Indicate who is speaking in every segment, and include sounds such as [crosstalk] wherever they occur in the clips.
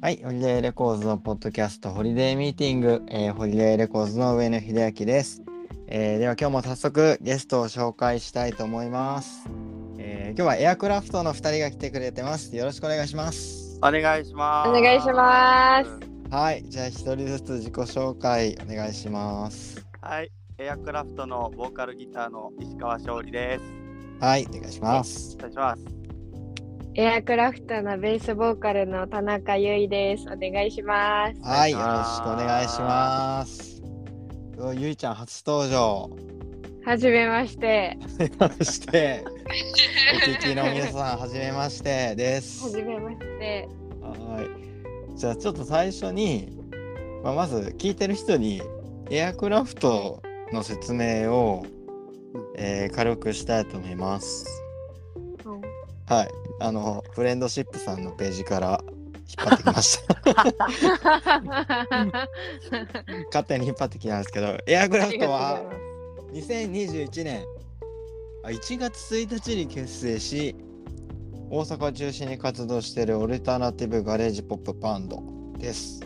Speaker 1: はい、ホリデーレコーズのポッドキャスト、ホリデーミーティング、えーホリデーレコーズの上野秀明です。えーでは今日も早速ゲストを紹介したいと思います。えー今日はエアクラフトの2人が来てくれてます。よろしくお願いします。
Speaker 2: お願いします。
Speaker 3: お願いします
Speaker 1: はい、じゃあ1人ずつ自己紹介お願いします。
Speaker 2: はい、エアクラフトのボーカルギターの石川勝利です。
Speaker 1: はい、お願いします
Speaker 2: お。願いします。
Speaker 3: エアクラフトのベースボーカルの田中優衣です。お願いします。
Speaker 1: はい、
Speaker 2: お
Speaker 1: よろし
Speaker 2: 願いし
Speaker 1: くお
Speaker 2: ます
Speaker 1: 願いします。うわゆいちゃん初登場。
Speaker 3: はじめまして。
Speaker 1: そして、お聞きの皆さん、はじめましてです。
Speaker 3: はじめまして。
Speaker 1: はい。じゃあちょっと最初に、まあ、まず聞いてる人にエアクラフトの説明を、えー軽くしたいと思います。はい。あのフレンドシップさんのページから引っ張ってきま
Speaker 3: [laughs]
Speaker 1: した。勝手に引っ張ってきたんですけど、エアクラ
Speaker 3: あ
Speaker 1: フ
Speaker 3: りがとう
Speaker 1: ト
Speaker 3: ご [laughs] ざい
Speaker 1: は
Speaker 3: ます。
Speaker 1: 2021年あ1月1日に結成し大阪を中心に活動しているオルタナティブガレージポップバンドです、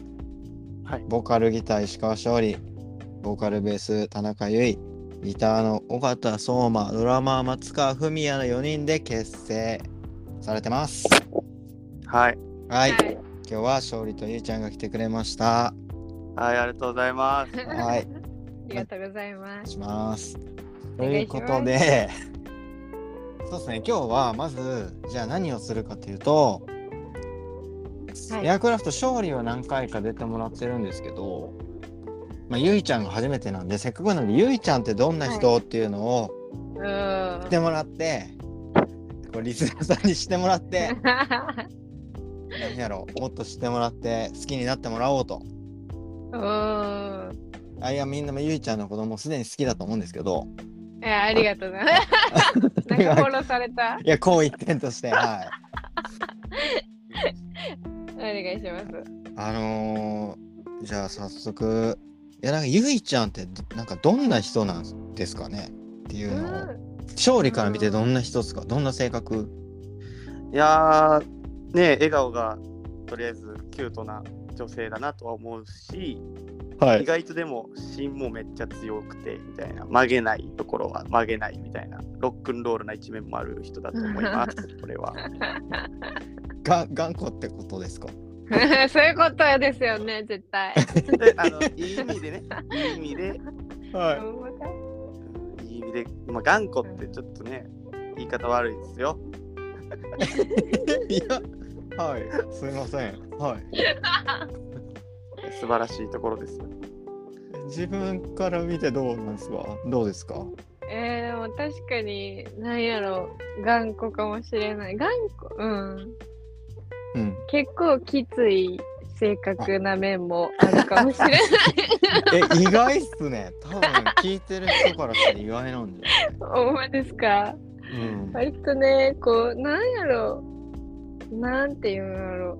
Speaker 2: はい
Speaker 1: ボーカルギター石川勝利ボーカルベース田中由衣ギターの尾形相馬ドラマー松川文也の4人で結成されてます
Speaker 2: はい、
Speaker 1: はい、
Speaker 3: はい
Speaker 1: 今日は勝利とゆいちゃんが来てくれました
Speaker 2: はい、ありがとうござい
Speaker 3: [laughs]
Speaker 2: ます。
Speaker 1: はい
Speaker 3: ありがとうございます。
Speaker 1: します。と
Speaker 3: お願い
Speaker 1: い
Speaker 3: し
Speaker 1: う
Speaker 3: ます
Speaker 1: ことで、そうですね、今日はまず、じゃあ何をするかというと、
Speaker 3: はい
Speaker 1: エアクラフト勝利を何回か出てもらってるんですけど、まあ、ゆいちゃんが初めてなんで、せっかくなんで、ゆいちゃんってどんな人、っていうのを
Speaker 3: うーん
Speaker 1: 知
Speaker 3: [laughs]
Speaker 1: ってもらって、こうリスナーさんにしてもらって、
Speaker 3: [laughs]
Speaker 1: 何やろう、もっと知ってもらって、好きになってもらおうと。
Speaker 3: うーん。
Speaker 1: あいや、みんなもゆいちゃんのこともすでに好きだと思うんですけど、
Speaker 3: えあ
Speaker 1: [laughs]
Speaker 3: りがとうございます。なんかフォローされた。
Speaker 1: いや、こう一点として、はい。
Speaker 3: お願いします。
Speaker 1: あのー、じゃあ早速いやなんかゆいちゃんってどなんかどんな人なんですかねっていううのを、
Speaker 3: ん [laughs]
Speaker 1: 勝利から見てどんな人ですかどんな性格
Speaker 2: いやー、ねえ、笑顔がとりあえずキュートな女性だなとは思うし、
Speaker 1: は
Speaker 2: 意外とでも芯もめっちゃ強くてみたいな、曲げないところは曲げないみたいな、ロックンロールな一面もある人だと思い
Speaker 3: [laughs]
Speaker 2: ます。これは。
Speaker 1: が頑固ってことですか
Speaker 3: そういうことですよね、絶
Speaker 1: [laughs]
Speaker 3: 対。
Speaker 2: であのいい意味でね、いい意味で
Speaker 1: は
Speaker 2: うんいい意味で、まあ、頑固ってちょっとね、言い方悪いですよ。
Speaker 1: いいやはいすいませんはい
Speaker 2: 素晴らしいところですよ。
Speaker 1: 自分から見てどうなんですかどうですか
Speaker 3: えー、でも確かに何やろ頑固かもしれない頑固うん
Speaker 1: うん
Speaker 3: 結構きつい性格な面もあるかもしれない
Speaker 1: え意外っすね多分聞いてる人からしたら意外なんじゃ
Speaker 3: ほんまですか
Speaker 1: ない、うん、
Speaker 3: 割とねこうなんやろなんていうんやろ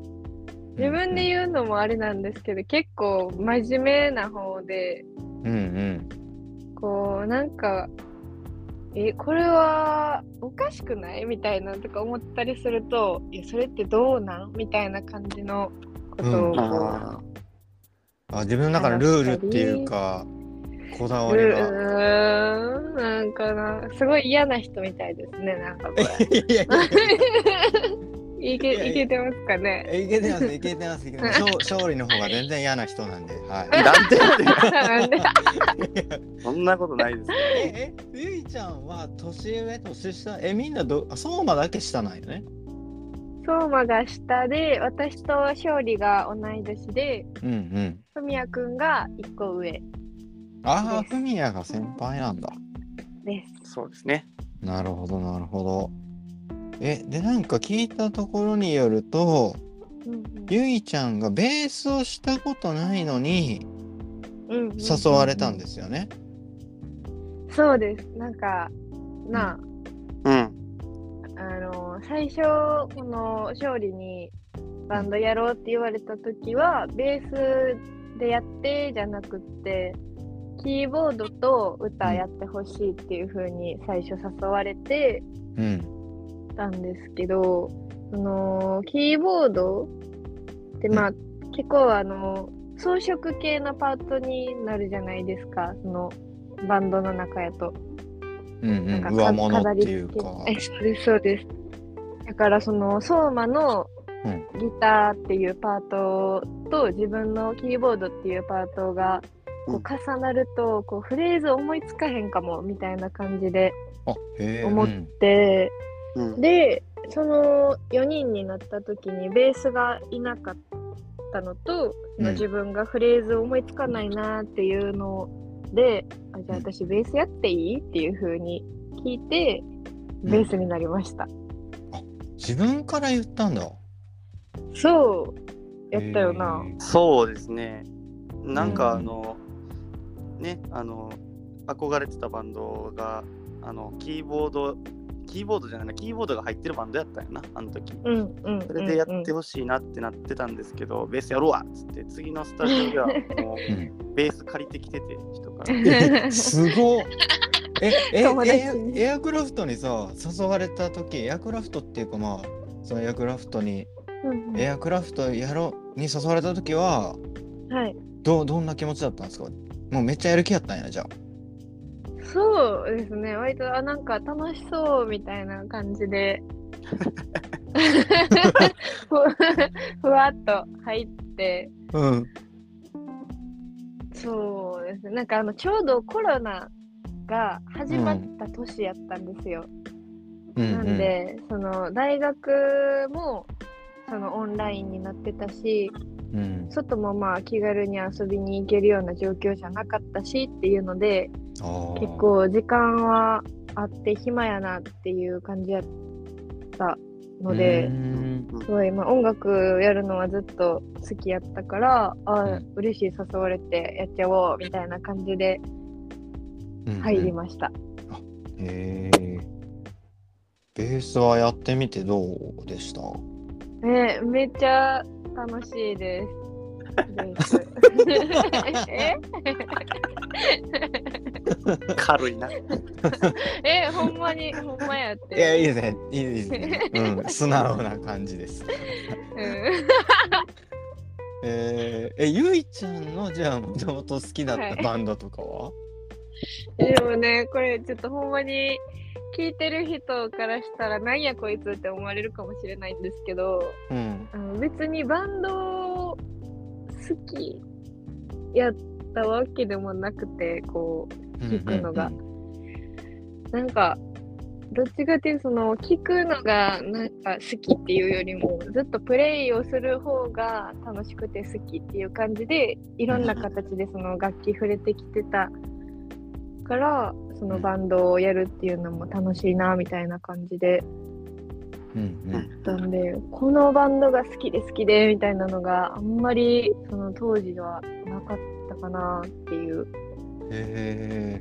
Speaker 3: 自分で言うのもあれなんですけど結構真面目な方で
Speaker 1: うんうん
Speaker 3: こうなんかえこれはおかしくないみたいなとか思ったりするといやそれってどうなんみたいな感じのことを
Speaker 1: うん
Speaker 3: こ
Speaker 2: あ
Speaker 1: あ自分の中のルールっていうかこだ
Speaker 3: う、
Speaker 1: わ
Speaker 3: う
Speaker 1: りが
Speaker 3: ーんなんかなすごい嫌な人みたいですねな
Speaker 1: [laughs]
Speaker 3: んかこれ
Speaker 1: いやいやいや
Speaker 3: いけいけてますかね
Speaker 1: [laughs] えいけてます、いけてます、いけてます。勝勝利の方が全然嫌な人なんで、
Speaker 2: ー
Speaker 1: は
Speaker 2: なんでやねん
Speaker 3: なんで
Speaker 2: そんなことない [laughs] ですよ。
Speaker 1: い。え、え、ゆいちゃんは年上、年下、え、みんなど、あ、相馬だけ下なんよね。
Speaker 3: 相馬が下で私と勝利が同い年で
Speaker 1: うんうん。
Speaker 3: 文也くんが1個上で
Speaker 1: ああ、
Speaker 3: です
Speaker 1: ふみやが先輩なんだ。
Speaker 3: す
Speaker 2: そうですね。
Speaker 1: なるほど、なるほど。え、で、なんか聞いたところによると、
Speaker 3: うん
Speaker 1: ゆいちゃんがベースをしたことないのに
Speaker 3: うんうんうん
Speaker 1: 誘われたんですよね。
Speaker 3: そうです。なんか、なあ、
Speaker 2: うん。
Speaker 3: あの、最初、この勝利にバンドやろうって言われた時は、ベースでやってじゃなくって、キーボードと歌やってほしいっていう風に最初誘われて
Speaker 1: うん。
Speaker 3: たんですけど、その、キーボードってまあ、結構あの装飾系のパートになるじゃないですかそのバンドの中やと。
Speaker 1: うんうん、
Speaker 3: なんか
Speaker 1: 上
Speaker 3: か
Speaker 1: 物っていうか。
Speaker 3: 飾り付けえそうですそうです。だからその相馬の
Speaker 1: うん
Speaker 3: ギターっていうパートと自分のキーボードっていうパートがこう重なるとこうフレーズ思いつかへんかもみたいな感じで
Speaker 1: あ、へえ。
Speaker 3: 思っ
Speaker 1: うん
Speaker 3: で
Speaker 2: うん
Speaker 3: でその4人になった時にベースがいなかったのと、その
Speaker 1: うん
Speaker 3: 自分がフレーズ思いつかないなっていうのであじゃあ
Speaker 1: うん
Speaker 3: 私ベースやっていいっていう風に聞いて
Speaker 1: うん
Speaker 3: ベースになりました、
Speaker 1: 自分から言ったんだ。
Speaker 3: そうやったよな、
Speaker 1: へえ。
Speaker 2: そうですね。なんか
Speaker 1: うん
Speaker 2: あの、ね、あの、憧れてたバンドが、あの、キーボード、キーボードじゃないな、キーボードが入ってるバンドやったんやな、あの時。
Speaker 3: うんうん
Speaker 2: それでやっ
Speaker 3: うん
Speaker 2: てほしいなってなってたんですけど、ベースやろうわっつって、次のスタジオではも
Speaker 1: う
Speaker 2: [laughs] う、ベース借りてきてて、人から。
Speaker 1: え
Speaker 3: [laughs]
Speaker 1: すごっええ
Speaker 3: 友達
Speaker 1: エアエアクラフトにさ誘われた時エアクラフトっていうかまあそのエアクラフトに、
Speaker 3: うんうん
Speaker 1: エアクラフトやろうに誘われた時は
Speaker 3: はい
Speaker 1: どうどんな気持ちだったんですかもうめっちゃやる気やったんやじゃあ
Speaker 3: そうですね割とあなんか楽しそうみたいな感
Speaker 2: [laughs]
Speaker 3: じでふふわっと入って
Speaker 1: うん
Speaker 3: そうですねなんかあのちょうどコロナが始まった年やったんですよ、
Speaker 1: うんうん
Speaker 3: なんでその大学もそのオンラインになってたし
Speaker 1: うん
Speaker 3: 外もまあ気軽に遊びに行けるような状況じゃなかったしっていうので
Speaker 1: あー
Speaker 3: 結構時間はあって暇やなっていう感じやったの
Speaker 1: う
Speaker 3: で
Speaker 1: ーん
Speaker 3: すごい、まあ、音楽やるのはずっと好きやったからあー、
Speaker 1: うん
Speaker 3: 嬉しい誘われてやっちゃおうみたいな感じで
Speaker 1: うんうん
Speaker 3: 入りました、
Speaker 1: へえベースはやってみてどうでした
Speaker 3: ねめっちゃ楽しいです
Speaker 1: [laughs]
Speaker 3: え
Speaker 2: 軽いな。
Speaker 3: [laughs] えほんまにほんまやって
Speaker 1: いやいいですねいいですね、 [laughs] うん、素直な感じです
Speaker 3: うん
Speaker 1: えー、えゆいちゃんのじゃあもともと好きだっ
Speaker 3: は
Speaker 1: た
Speaker 3: い
Speaker 1: バンドとかは、
Speaker 3: でもねこれちょっとほんまに聞いてる人からしたらなんやこいつって思われるかもしれないんですけど
Speaker 1: うん
Speaker 3: あの別にバンド好きやったわけでもなくてこ聞くのがうなんかどっちかっていうとその聞くのがなんか好きっていうよりもずっとプレイをする方が楽しくて好きっていう感じでいろんな形でその楽器触れてきてたからそのバンドをやるっていうのも楽しいなみたいな感じで
Speaker 1: うんうんうん
Speaker 3: ったんでこのバンドが好きで好きでみたいなのがあんまりその当時はなかったかなっていう
Speaker 1: え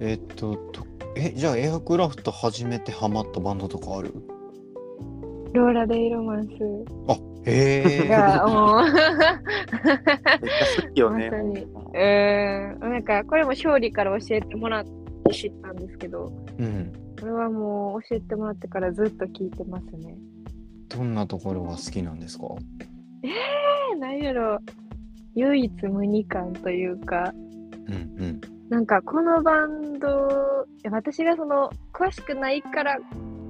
Speaker 1: ー、えっととえじゃあエアクラフト初めてハマったバンドとかある
Speaker 3: ローラ・デイ・ロマン
Speaker 1: あへ
Speaker 3: ス
Speaker 1: え
Speaker 3: がもう
Speaker 2: めっちゃ好きよね。
Speaker 3: まさにうーんなんかこれも勝利から教えてもらって知ったんですけど
Speaker 1: うん
Speaker 3: これはもう教えてもらってからずっと聞いてますね
Speaker 1: どんなところが好きなんですか
Speaker 3: えー、何やろ唯一無二感というか
Speaker 1: うん
Speaker 3: なんかこのバンドいや私がその詳しくないから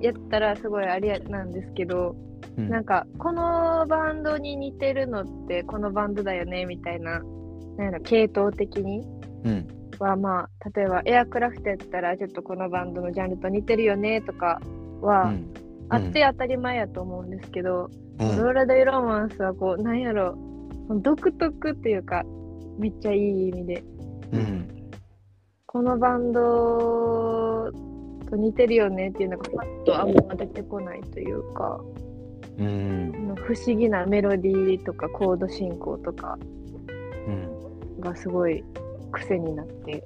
Speaker 3: やったらすごいあれやなんですけど、
Speaker 1: うんうん
Speaker 3: なんかこのバンドに似てるのってこのバンドだよねみたいななんやろ系統的に
Speaker 1: うん
Speaker 3: はまあ例えばエアクラフトやったらちょっとこのバンドのジャンルと似てるよねとか
Speaker 1: う
Speaker 3: は
Speaker 1: ん
Speaker 3: あって当たり前やと思うんですけど、
Speaker 1: うん
Speaker 3: ローラ・デイ・ロマンスはこうなんやろ独特っていうかめっちゃいい意味で
Speaker 1: うん
Speaker 3: このバンドと似てるよねっていうのがパッとあんま出てこないというか
Speaker 1: うん
Speaker 3: あの不思議なメロディーとかコード進行とか
Speaker 1: うん
Speaker 3: がすごい癖になって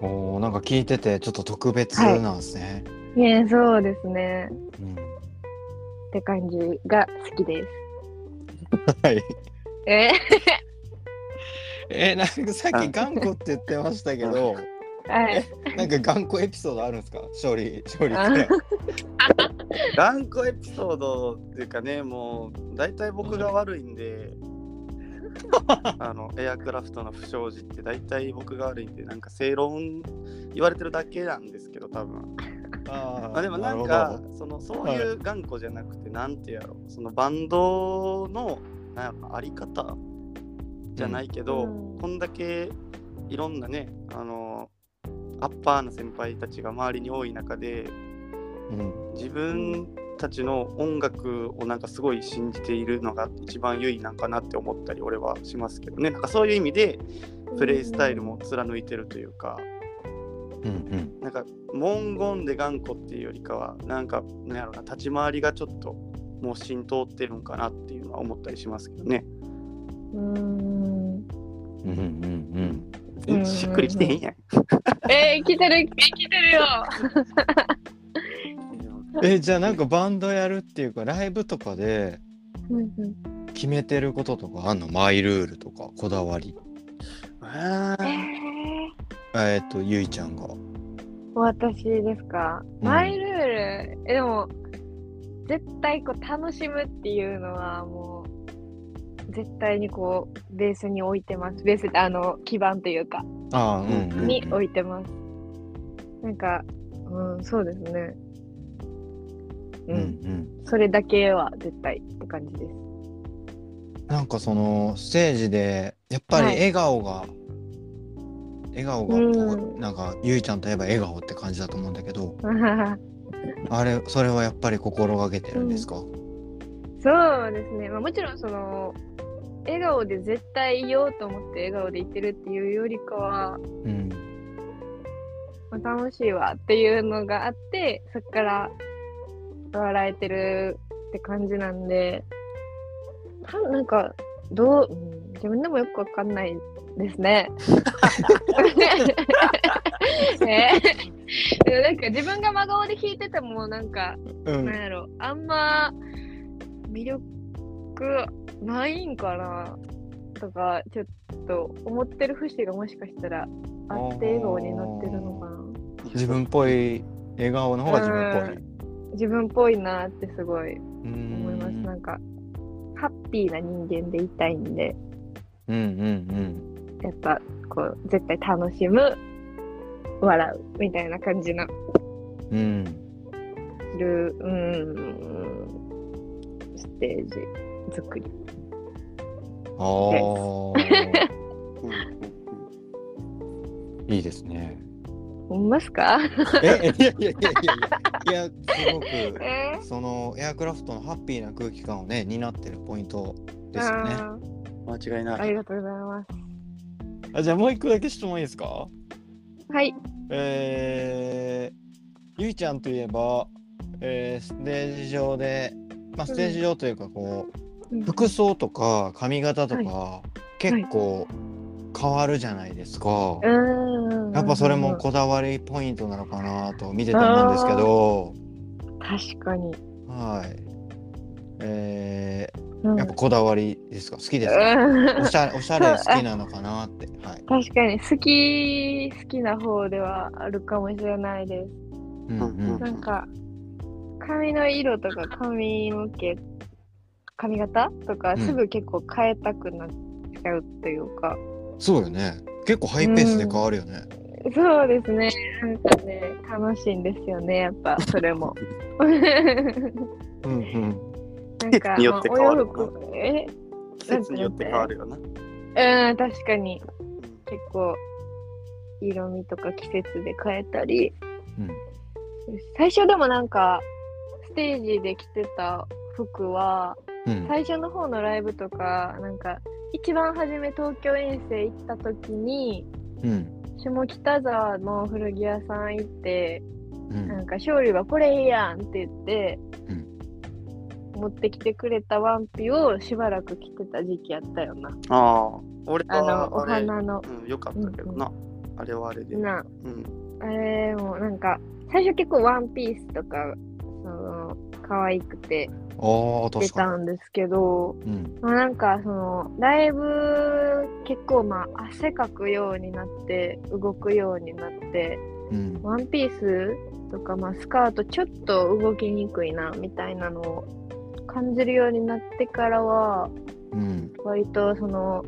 Speaker 1: おーなんか聞いててちょっと特別なんですね、
Speaker 3: ねえそうですね
Speaker 1: うん
Speaker 3: って感じが好きです
Speaker 1: はい
Speaker 3: え
Speaker 1: えなんかさっき頑固って言ってましたけど
Speaker 3: はい
Speaker 1: なんか頑固エピソードあるんですか勝利勝利
Speaker 3: あ
Speaker 1: から。
Speaker 3: [laughs]
Speaker 2: 頑固エピソードっていうかね、もう大体僕が悪いんで、あのエアクラフトの不祥事って大体僕が悪いんでなんか正論言われてるだけなんですけど多分
Speaker 1: あ
Speaker 2: まあでもなんかそのそういう頑固じゃなくてなんてやろうそのバンドのなんやろあり方じゃないけど、
Speaker 3: うん
Speaker 2: こんだけいろんなねあのアッパーな先輩たちが周りに多い中で
Speaker 1: うん、
Speaker 2: 自分たちの音楽をなんかすごい信じているのが一番優位なんかなって思ったり俺はしますけどねなんかそういう意味でプレイスタイルも貫いてるというか、
Speaker 1: うん、
Speaker 2: なんか文言で頑固っていうよりかはなんかなんやろな立ち回りがちょっともう浸透ってるんかなっていうのは思ったりしますけどね、
Speaker 3: うん
Speaker 1: うん、うん、うん、
Speaker 3: うん
Speaker 2: しっくりきてへんやん、
Speaker 3: えー、来てる来てるよ
Speaker 1: うん。え、じゃあなんかバンドやるっていうか、ライブとかで決めてることとかあんのマイルールとか、こだわり。
Speaker 2: あ
Speaker 3: え
Speaker 2: ー
Speaker 3: ー、
Speaker 1: えっ、と、ゆいちゃんが。
Speaker 3: 私ですか、
Speaker 1: うん
Speaker 3: マイルールえでも絶対こう楽しむっていうのはもう絶対にこうベースに置いてますベースってあの基盤というか
Speaker 1: ああ、うん、うんうん。
Speaker 3: に置いてます、なんか、うん、そうですねう、
Speaker 1: うんん、
Speaker 3: それだけは絶対って感じです
Speaker 1: うん。なんかそのステージで、やっぱり
Speaker 3: はい
Speaker 1: 笑顔が。笑顔がこ
Speaker 3: う
Speaker 1: う、なんかゆいちゃんといえば笑顔って感じだと思うんだけど。
Speaker 3: そ
Speaker 1: あれ、それはやっぱり心がけてるんですか。
Speaker 3: うですね、まあ、もちろんその笑顔で絶対いようと思って笑顔で言ってるっていうよりかは、
Speaker 1: うん、
Speaker 3: まあ、楽しいわっていうのがあってそこから笑えてるって感じなんでたなんかどう、うん自分でもよくわかんないですね。 [laughs] ねでもなんか自分が真顔で弾いててもなんか
Speaker 1: うん
Speaker 3: なんやろあんま魅力ないんかなとかちょっと思ってる節がもしかしたらあって笑顔になってるのかな
Speaker 1: 自分っぽい笑顔の方が自分っぽい。
Speaker 3: 自分っぽいなってすごい思います
Speaker 1: うーん
Speaker 3: なんかハッピーな人間でいたいんで
Speaker 1: うんうん
Speaker 3: やっぱこう絶対楽しむ笑うみたいな感じの
Speaker 1: うんうん
Speaker 3: るうーんステージ作り
Speaker 1: ああ
Speaker 2: うんうん
Speaker 1: いいですね
Speaker 3: 思いますか
Speaker 1: [laughs] えいやいやいやいやいやすごく
Speaker 3: え
Speaker 1: そのエアクラフトのハッピーな空気感をね担ってるポイントですよね
Speaker 2: う
Speaker 3: あー
Speaker 2: ん間違い
Speaker 3: あ
Speaker 2: ない
Speaker 3: りがとうございます。
Speaker 1: あじゃあもう一個だけ質問いいですか
Speaker 3: はい。
Speaker 1: えー、ゆいちゃんといえば、えーステージ上でまあステージ上というかこう、服装とか髪型とか、結構変わるじゃないですか、
Speaker 3: うん。
Speaker 1: やっぱそれもこだわりポイントなのかなと見てて思うんですけど、
Speaker 3: 確かに。
Speaker 1: はい。え
Speaker 3: う
Speaker 1: ー、
Speaker 3: ん
Speaker 1: やっぱこだわりですか好きですか
Speaker 3: うん
Speaker 1: おしゃれおしゃれ好きなのかなって。はい。
Speaker 3: [laughs] 確かに好き好きな方ではあるかもしれないです。
Speaker 1: うんうん
Speaker 3: なんか髪の色とか髪の毛髪型とか
Speaker 1: うん
Speaker 3: すぐ結構変えたくなっちゃうというか、
Speaker 1: そうよね。結構ハイペースで変わるよね。
Speaker 3: そうですねなんかね楽しいんですよねやっぱそ
Speaker 1: [laughs]
Speaker 3: れも。
Speaker 1: うんうん。
Speaker 3: なんか
Speaker 2: 季節によって変わる
Speaker 3: まあお洋服え
Speaker 2: 季節によって変わるよな、
Speaker 3: うん確かに。結構色味とか季節で変えたり
Speaker 1: うん
Speaker 3: 最初でもなんかステージで着てた服は
Speaker 1: うん
Speaker 3: 最初の方のライブとかなんか一番初め東京遠征行った時に
Speaker 1: うん
Speaker 3: 下北沢の古着屋さん行って
Speaker 1: うん
Speaker 3: なんか勝利はこれいいやんって言って、
Speaker 1: うん
Speaker 3: 持ってきてくれたワンピをしばらく着てた時期やったよな
Speaker 2: ああ俺
Speaker 3: あのお
Speaker 2: はあれ、
Speaker 3: 花の
Speaker 2: うん、よかったけどな、あれはあれで、
Speaker 3: な
Speaker 2: うん
Speaker 3: あれもなんか最初結構ワンピースとかその可愛くて
Speaker 1: ああ
Speaker 3: 出
Speaker 1: 確か
Speaker 3: たんですけど、
Speaker 1: に。うん
Speaker 3: まあ、なんかそのライブ結構まあ汗かくようになって動くようになって
Speaker 1: うん
Speaker 3: ワンピースとかまあスカートちょっと動きにくいなみたいなのを感じるようになってからは
Speaker 1: うん
Speaker 3: 割とその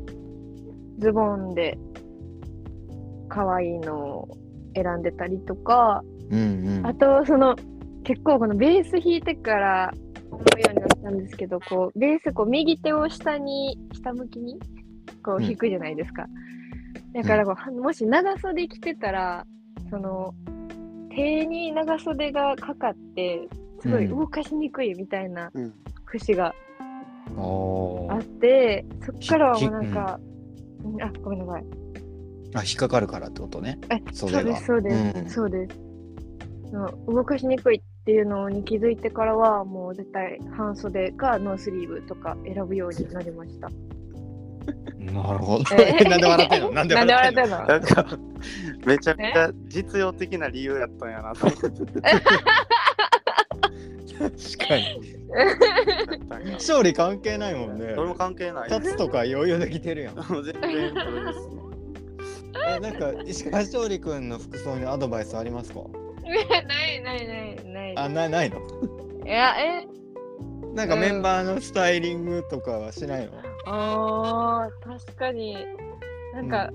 Speaker 3: ズボンで可愛いのを選んでたりとか、
Speaker 1: うん
Speaker 3: あとその結構このベース弾いてから思うようになったんですけどこうベースこう右手を下に下向きにこ
Speaker 1: う
Speaker 3: うん弾くじゃないですか、だからこうもし長袖着てたらその手に長袖がかかってすごい動かしにくいみたいな
Speaker 2: うん
Speaker 3: 節が
Speaker 1: うん。お
Speaker 3: あっ
Speaker 1: ー
Speaker 3: て、そっからは
Speaker 1: ひ
Speaker 3: もうなんか、うんあごめんなさい
Speaker 1: あ、引っかかるからってことね。
Speaker 3: え
Speaker 1: そ
Speaker 3: そう
Speaker 1: れ
Speaker 3: で
Speaker 1: は
Speaker 3: すそうです、
Speaker 1: うん
Speaker 3: そうですその動かしにくいっていうのに気づいてからはもう絶対半袖かノースリーブとか選ぶようになりま [laughs] した
Speaker 1: なるほど。[laughs]
Speaker 3: え
Speaker 1: なんで笑ってん
Speaker 3: [laughs]
Speaker 1: のなんで
Speaker 3: なんで
Speaker 1: 笑
Speaker 3: 笑
Speaker 1: っ
Speaker 3: ってて
Speaker 1: ん
Speaker 3: ん
Speaker 1: の
Speaker 3: の [laughs]
Speaker 2: なんか [laughs] めちゃくちゃ実用的な理由やったんやなと思って
Speaker 1: 確かに。
Speaker 2: た
Speaker 1: [laughs]
Speaker 2: んや
Speaker 1: 勝利関係ないもんね
Speaker 2: 俺。も関係ない
Speaker 1: 立つとか余裕できてるやん。 [laughs]
Speaker 2: [laughs] もう全然それです
Speaker 1: え、なんか、石川勝利君の服装にアドバイスありますか
Speaker 3: ないないない
Speaker 1: あ、ない、ないの
Speaker 3: いやえ
Speaker 1: なんかメンバーのスタイリングとかはしないの
Speaker 3: あー確かになんか、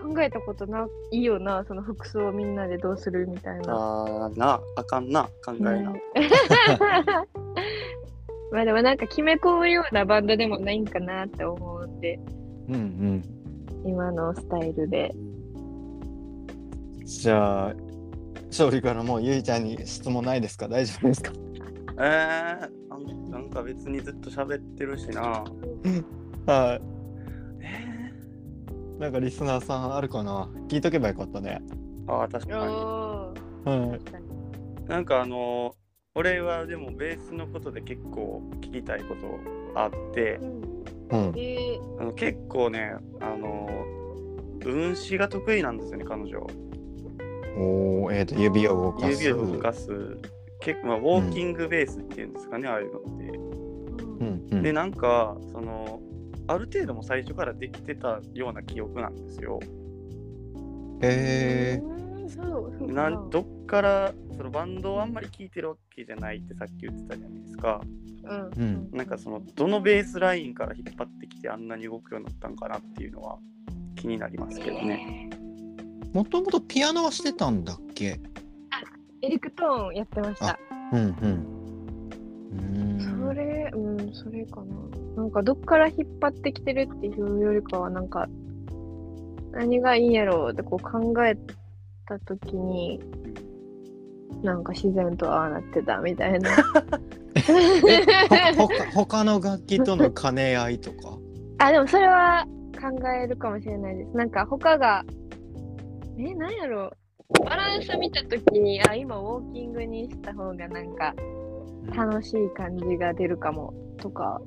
Speaker 3: 考えたことないいよなその服装をみんなでどうするみたいな
Speaker 2: あーなあかんな考えな、
Speaker 3: うん [laughs] まあでもなんか決め込むようなバンドでもないんかなって思うんで
Speaker 1: うんうん。
Speaker 3: 今のスタイルで
Speaker 1: じゃあ、勝利からもうゆいちゃんに質問ないですか大丈夫 [laughs] ですか
Speaker 2: えー、なんなんか別にずっと喋ってるしな
Speaker 1: はい。なんかリスナーさんあるかな聞いとけばよかったね。
Speaker 2: あー確かに
Speaker 3: お
Speaker 1: はい。
Speaker 2: なんかあのー俺はでもベースのことで結構聞きたいことあって
Speaker 1: うん。
Speaker 3: え
Speaker 2: あの結構ねあのー運指が得意なんですよね彼女
Speaker 1: おー、えっ、と、指を動かす。
Speaker 2: 指を動かす結構、まあ、ウォーキングベースっていうんですかね、ああいうのって
Speaker 1: うんうん。
Speaker 2: でなんかそのある程度も最初からできてたような記憶なんですよ。
Speaker 1: へえ。
Speaker 3: そう
Speaker 2: なんどっからそのバンドをあんまり聴いてるわけじゃないってさっき言ってたじゃないですか。
Speaker 1: うん
Speaker 2: なんかそのどのベースラインから引っ張ってきてあんなに動くようになったんかなっていうのは気になりますけどね。
Speaker 1: もともとピアノはしてたんだっけ
Speaker 3: エリクトーンやってまし
Speaker 1: あ
Speaker 3: た
Speaker 1: うんうん。うーん
Speaker 3: [laughs] それうんそれかななんかどっから引っ張ってきてるっていうよりかはなんか何がいいんやろうってこう考えた時になんか自然とああなってたみたい [laughs] な
Speaker 1: ほほか他の楽器との兼ね合いとか。
Speaker 3: あでもそれは考えるかもしれないですなんか他がえなんやろうバランス見た時にあ今ウォーキングにした方がなんか楽しい感じが出るかもとか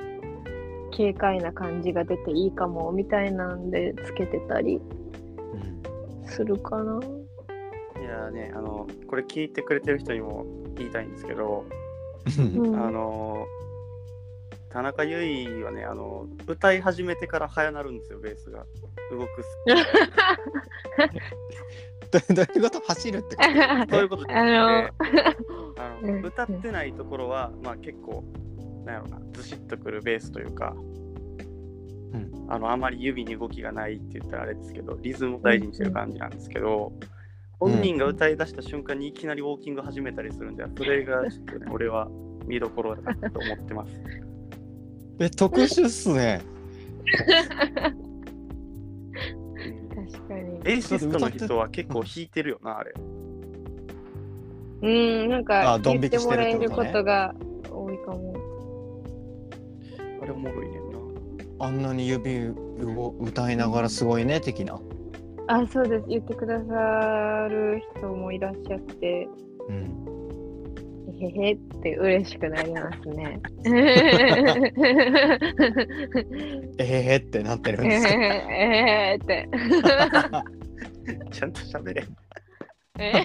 Speaker 3: 軽快な感じが出ていいかもみたいなんでつけてたり
Speaker 1: うん
Speaker 3: する
Speaker 1: [laughs]
Speaker 3: かない
Speaker 2: やーねあのこれ聞いてくれてる人にも言いたいんですけど、
Speaker 1: [laughs]
Speaker 3: うん
Speaker 2: あの田中優衣はねあの歌い始めてから早なるんですよベースが動くスピードが。
Speaker 1: どどういうこと走るってこと
Speaker 2: そういうことですね。
Speaker 3: あの
Speaker 2: あの
Speaker 3: [laughs] うん
Speaker 2: 歌ってないところは、まあ、結構なんやろなずしっとくるベースというか、
Speaker 1: ん
Speaker 2: あのあまり指に動きがないって言ったらあれですけどリズムを大事にしてる感じなんですけど、
Speaker 1: うん
Speaker 2: 本人が歌い出した瞬間にいきなりウォーキング始めたりするんでそれがちょっと
Speaker 3: [laughs]
Speaker 2: ね俺は見どころだなと思ってます。
Speaker 1: え、特殊っすね。
Speaker 2: うん
Speaker 3: 確かに
Speaker 2: ベーシストの人は結構弾いてるよなあれ。
Speaker 3: うんなんか
Speaker 1: あドン
Speaker 3: 言
Speaker 1: 引
Speaker 3: っ
Speaker 1: き
Speaker 3: て
Speaker 1: してる
Speaker 3: も
Speaker 1: っ
Speaker 3: らえ
Speaker 1: て
Speaker 3: る
Speaker 1: こと
Speaker 3: こ
Speaker 1: ね
Speaker 3: とが多いかも
Speaker 2: あれおもろいねんな。
Speaker 1: あんなに指を歌いながらすごいね的な。
Speaker 3: あそうです言ってくださる人もいらっしゃって
Speaker 1: うん。
Speaker 3: へへって嬉しくなりますね。 [laughs]
Speaker 1: えへへってなってる
Speaker 3: え
Speaker 1: ん
Speaker 3: へ
Speaker 1: ですか。
Speaker 3: へへって。
Speaker 2: ちゃんと喋れ。
Speaker 3: えへへ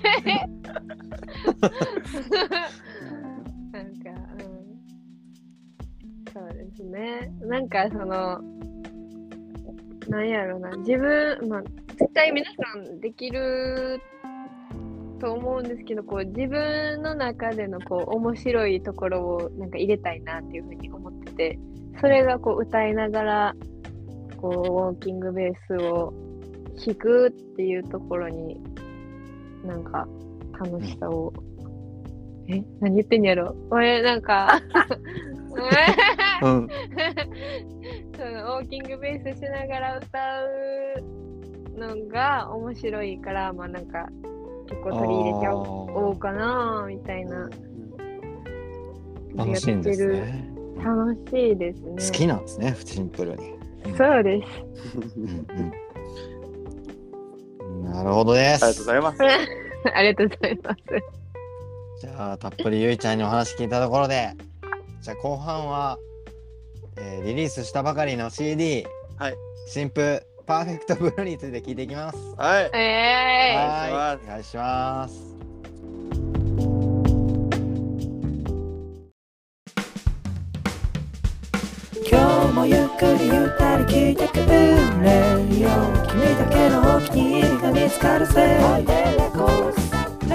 Speaker 3: なんか、うん、そうですね。なんかその、なんやろな、自分、まあ、絶対皆さんできると思うんですけど、こう自分の中でのこう面白いところをなんか入れたいなっていうふうに思ってて、それがこう歌いながら、こうウォーキングベースを弾くっていうところになんか楽しさを、え何言ってんやろ俺なんか [laughs]
Speaker 1: うん。
Speaker 3: そのウォーキングベースしながら歌うのが面白いからまあなんか結構取り入れちゃおうおうかなみたいな
Speaker 1: 楽しいんですね。
Speaker 3: 楽しいですね
Speaker 1: 好きなんですね、シンプルに。
Speaker 3: そうです
Speaker 1: うんうんなるほどで
Speaker 2: ありがとうご
Speaker 1: す。
Speaker 2: ざいます。
Speaker 3: ありがとうございます。
Speaker 1: じゃあ、たっぷりゆいちゃんにお話聞いたところで、じゃあ後半は、えーリリースしたばかりの CD、
Speaker 2: はい、
Speaker 1: 新譜パーフェクトブルーについて聞いていきます。
Speaker 2: はい。
Speaker 3: えーい、
Speaker 1: はい、お願いします。
Speaker 4: 今日もゆっくりゆったり聞いてくれよ君だけのお気に入りが見つかるぜレイディ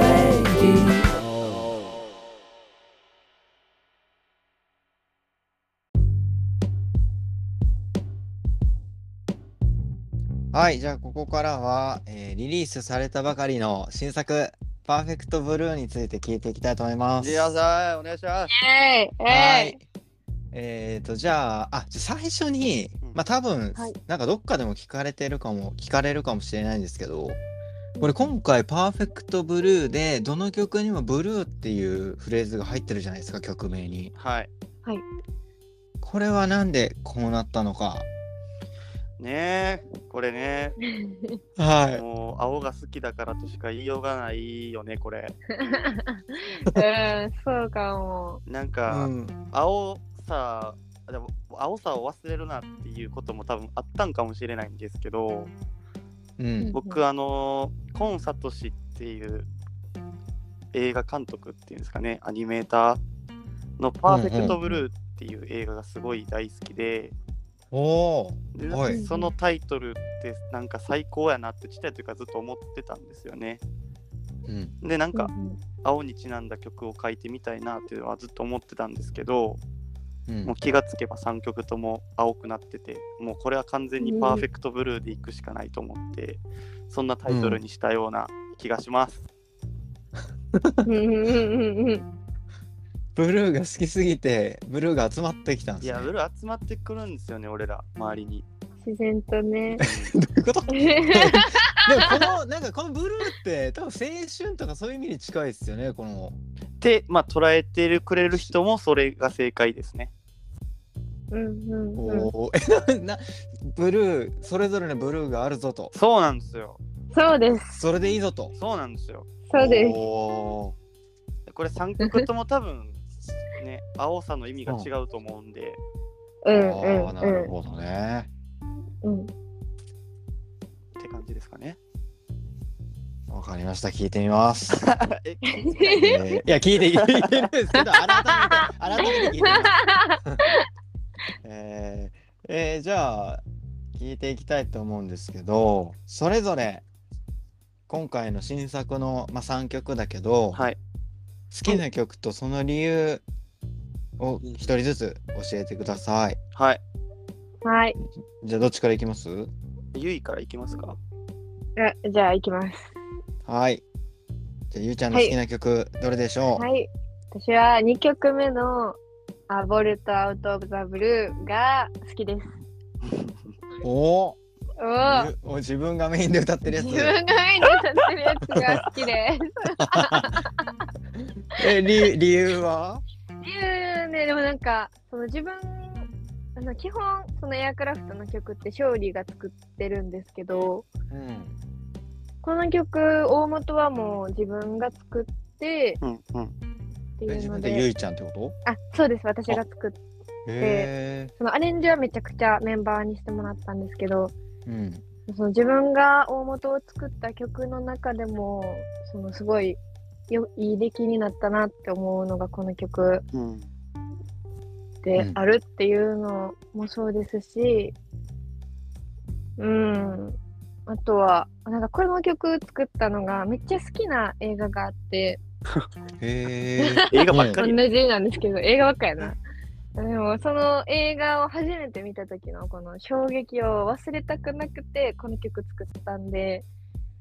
Speaker 1: はい、じゃあここからは、えーリリースされたばかりの新作「パーフェクトブルー」について聞いていきたいと思います。
Speaker 2: ジーさん、お願いします。
Speaker 3: えーい、
Speaker 1: は
Speaker 3: え
Speaker 1: い。えっ、とじゃああじゃあ最初に
Speaker 2: うん
Speaker 1: まあ多分、
Speaker 3: はい
Speaker 1: なんかどっかでも聞かれてるかも聞かれるかもしれないんですけどこれ今回「パーフェクトブルー」でどの曲にも「ブルー」っていうフレーズが入ってるじゃないですか曲名に。
Speaker 2: はい。
Speaker 1: これはなんでこうなったのか。
Speaker 2: ねえ、これね、
Speaker 1: [laughs]
Speaker 3: ー、
Speaker 1: は
Speaker 2: もう青が好きだからとしか言いようがないよね、これ。
Speaker 3: うん、そうかも。
Speaker 2: なん
Speaker 1: い
Speaker 2: か、
Speaker 1: うん、
Speaker 2: 青さ、でも青さを忘れるなっていうことも多分あったんかもしれないんですけど、
Speaker 1: うん、
Speaker 2: 僕、あの、コンサトシっていう映画監督っていうんですかね、アニメーターのパーフェクトブルーっていう映画がすごい大好きで、
Speaker 1: おー
Speaker 2: で
Speaker 1: はい
Speaker 2: なんかそのタイトルってなんか最高やなってちっちゃい時からずっと思ってたんですよね。
Speaker 1: うん
Speaker 2: でなんか
Speaker 3: うん
Speaker 2: 青にちなんだ曲を書いてみたいなっていうのはずっと思ってたんですけど
Speaker 1: うん
Speaker 2: もう気がつけば3曲とも青くなっててもうこれは完全にパーフェクトブルーでいくしかないと思ってそんなタイトルにしたような気がします。
Speaker 3: うんうんうん
Speaker 1: ブルーが好きすぎてブルーが集まってきたん
Speaker 2: い
Speaker 1: です
Speaker 2: や
Speaker 1: ね。
Speaker 2: ブルー集まってくるんですよね俺ら周りに。
Speaker 3: 自然とね。
Speaker 1: どういう [laughs] ことでもこのなんかこのブルーって多分青春とかそういう意味に近いですよねこの
Speaker 2: でまあ捉えてるくれる人もそれが正解ですね。
Speaker 3: うんうんうん、
Speaker 1: おー [laughs] えななブルーそれぞれのブルーがあるぞと
Speaker 2: そうなんですよ
Speaker 3: そうです。
Speaker 1: それでいいぞと
Speaker 2: そうなんですよ。
Speaker 3: そうです。
Speaker 1: お
Speaker 2: これ3曲とも多 [laughs] 分ね青さの意味が違うと思うんで、
Speaker 3: う
Speaker 1: ー
Speaker 3: んう
Speaker 1: あー
Speaker 3: ん
Speaker 1: なるほどね
Speaker 3: うん。う
Speaker 2: っ
Speaker 3: ん
Speaker 2: て感じですかね。
Speaker 1: わかりました聞いてみます、
Speaker 2: え
Speaker 1: えーいや聞いて聞いてるんですけど改めて改めて聞いてみますえーえーじゃあ聞いていきたいと思うんですけどそれぞれ今回の新作の、まあ、3曲だけど、
Speaker 2: はい。
Speaker 1: 好きな曲とその理由を一人ずつ教えてください。
Speaker 2: はい。
Speaker 3: はい。
Speaker 1: じゃあどっちからいきます
Speaker 2: ゆいからいきますか
Speaker 3: あじゃあ行きます。
Speaker 1: はい。じゃあゆうちゃんの好きな曲どれでしょう、
Speaker 3: はい。私は2曲目のアボルトアウトオブザブルーが好きです。
Speaker 1: おー
Speaker 3: おー
Speaker 1: ゆお自分がメインで歌ってるやつ
Speaker 3: 自。 [laughs] 分が見に歌ってるやつが好きです。
Speaker 1: え理理由は
Speaker 3: っていうねでもなんかその自分あの基本そのエアクラフトの曲って勝利が作ってるんですけど
Speaker 1: うん。
Speaker 3: この曲大元はもう自分が作って
Speaker 2: うんうん。
Speaker 3: っ
Speaker 1: え
Speaker 3: ていう
Speaker 1: 自
Speaker 3: の
Speaker 1: 分でゆ
Speaker 3: で
Speaker 1: いちゃんってこと
Speaker 3: あそうです私が作って
Speaker 1: へ
Speaker 3: そのアレンジはめちゃくちゃメンバーにしてもらったんですけど
Speaker 1: え。うん。
Speaker 3: その自分が大元を作った曲の中でもそのすごいよいい出来になったなって思うのがこの曲
Speaker 2: うん、
Speaker 3: であるっていうのもそうですし、うん、あとは、なんかこの曲作ったのがめっちゃ好きな映画があって、
Speaker 1: へえ。
Speaker 2: 映画ばっか
Speaker 3: 同
Speaker 2: り。
Speaker 3: じなんですけど、映画ばっかやな。でもその映画を初めて見た時のこの衝撃を忘れたくなくてこの曲作ったんで、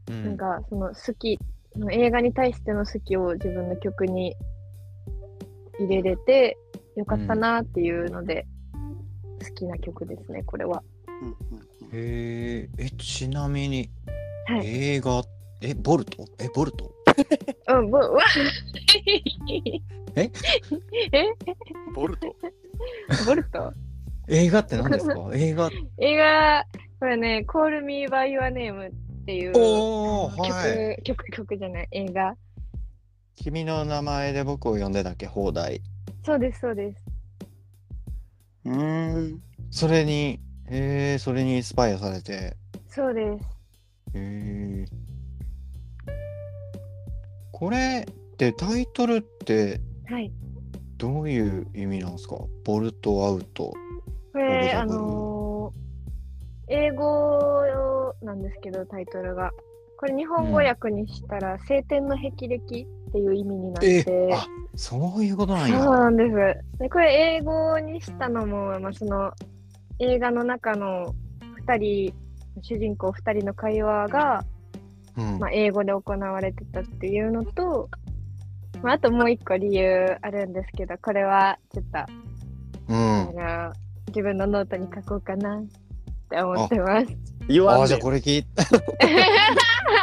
Speaker 1: う
Speaker 3: なんかその好きの映画に対しての好きを自分の曲に入れれてよかったなっていうので、好きな曲ですねこれは。
Speaker 2: うんうんうん
Speaker 1: へーえ、ちなみに、
Speaker 3: はい
Speaker 1: 映画、え、ボルトえ、ボルト
Speaker 3: うん、ぼうわ
Speaker 1: え
Speaker 3: え
Speaker 2: ボルト。
Speaker 3: ボルト [laughs]
Speaker 1: 映画って何ですか [laughs] 映画。
Speaker 3: 映画これね「Call Me by Your Name」っていう曲,、
Speaker 1: おー、はい。
Speaker 3: 曲曲じゃない映画
Speaker 1: 君の名前で僕を呼んでだけ放題。
Speaker 3: そうですそうです
Speaker 2: うーん。
Speaker 1: それに、へえ、それにインスパイアされて。
Speaker 3: そうです
Speaker 1: へえ。これってタイトルって
Speaker 3: はい
Speaker 1: どういう意味なんですかボルトアウト。
Speaker 3: これ
Speaker 1: な
Speaker 3: あ
Speaker 1: るほど
Speaker 3: のー英語なんですけどタイトルがこれ日本語訳にしたら「晴天の霹靂」っていう意味になって、
Speaker 1: えー、あそういうことなん
Speaker 3: そう
Speaker 1: や。
Speaker 3: なんですでこれ英語にしたのも、まあ、その映画の中の2人主人公2人の会話が、
Speaker 1: うん
Speaker 3: まあ、英語で行われてたっていうのと、まあ、あともう一個理由あるんですけどこれはちょっと
Speaker 1: うん。
Speaker 3: あの自分のノートに書こうかなって思ってます。
Speaker 2: 言
Speaker 1: あ
Speaker 2: わ
Speaker 1: あ、
Speaker 2: ん
Speaker 1: じ
Speaker 2: で
Speaker 1: ゃあこれ聞い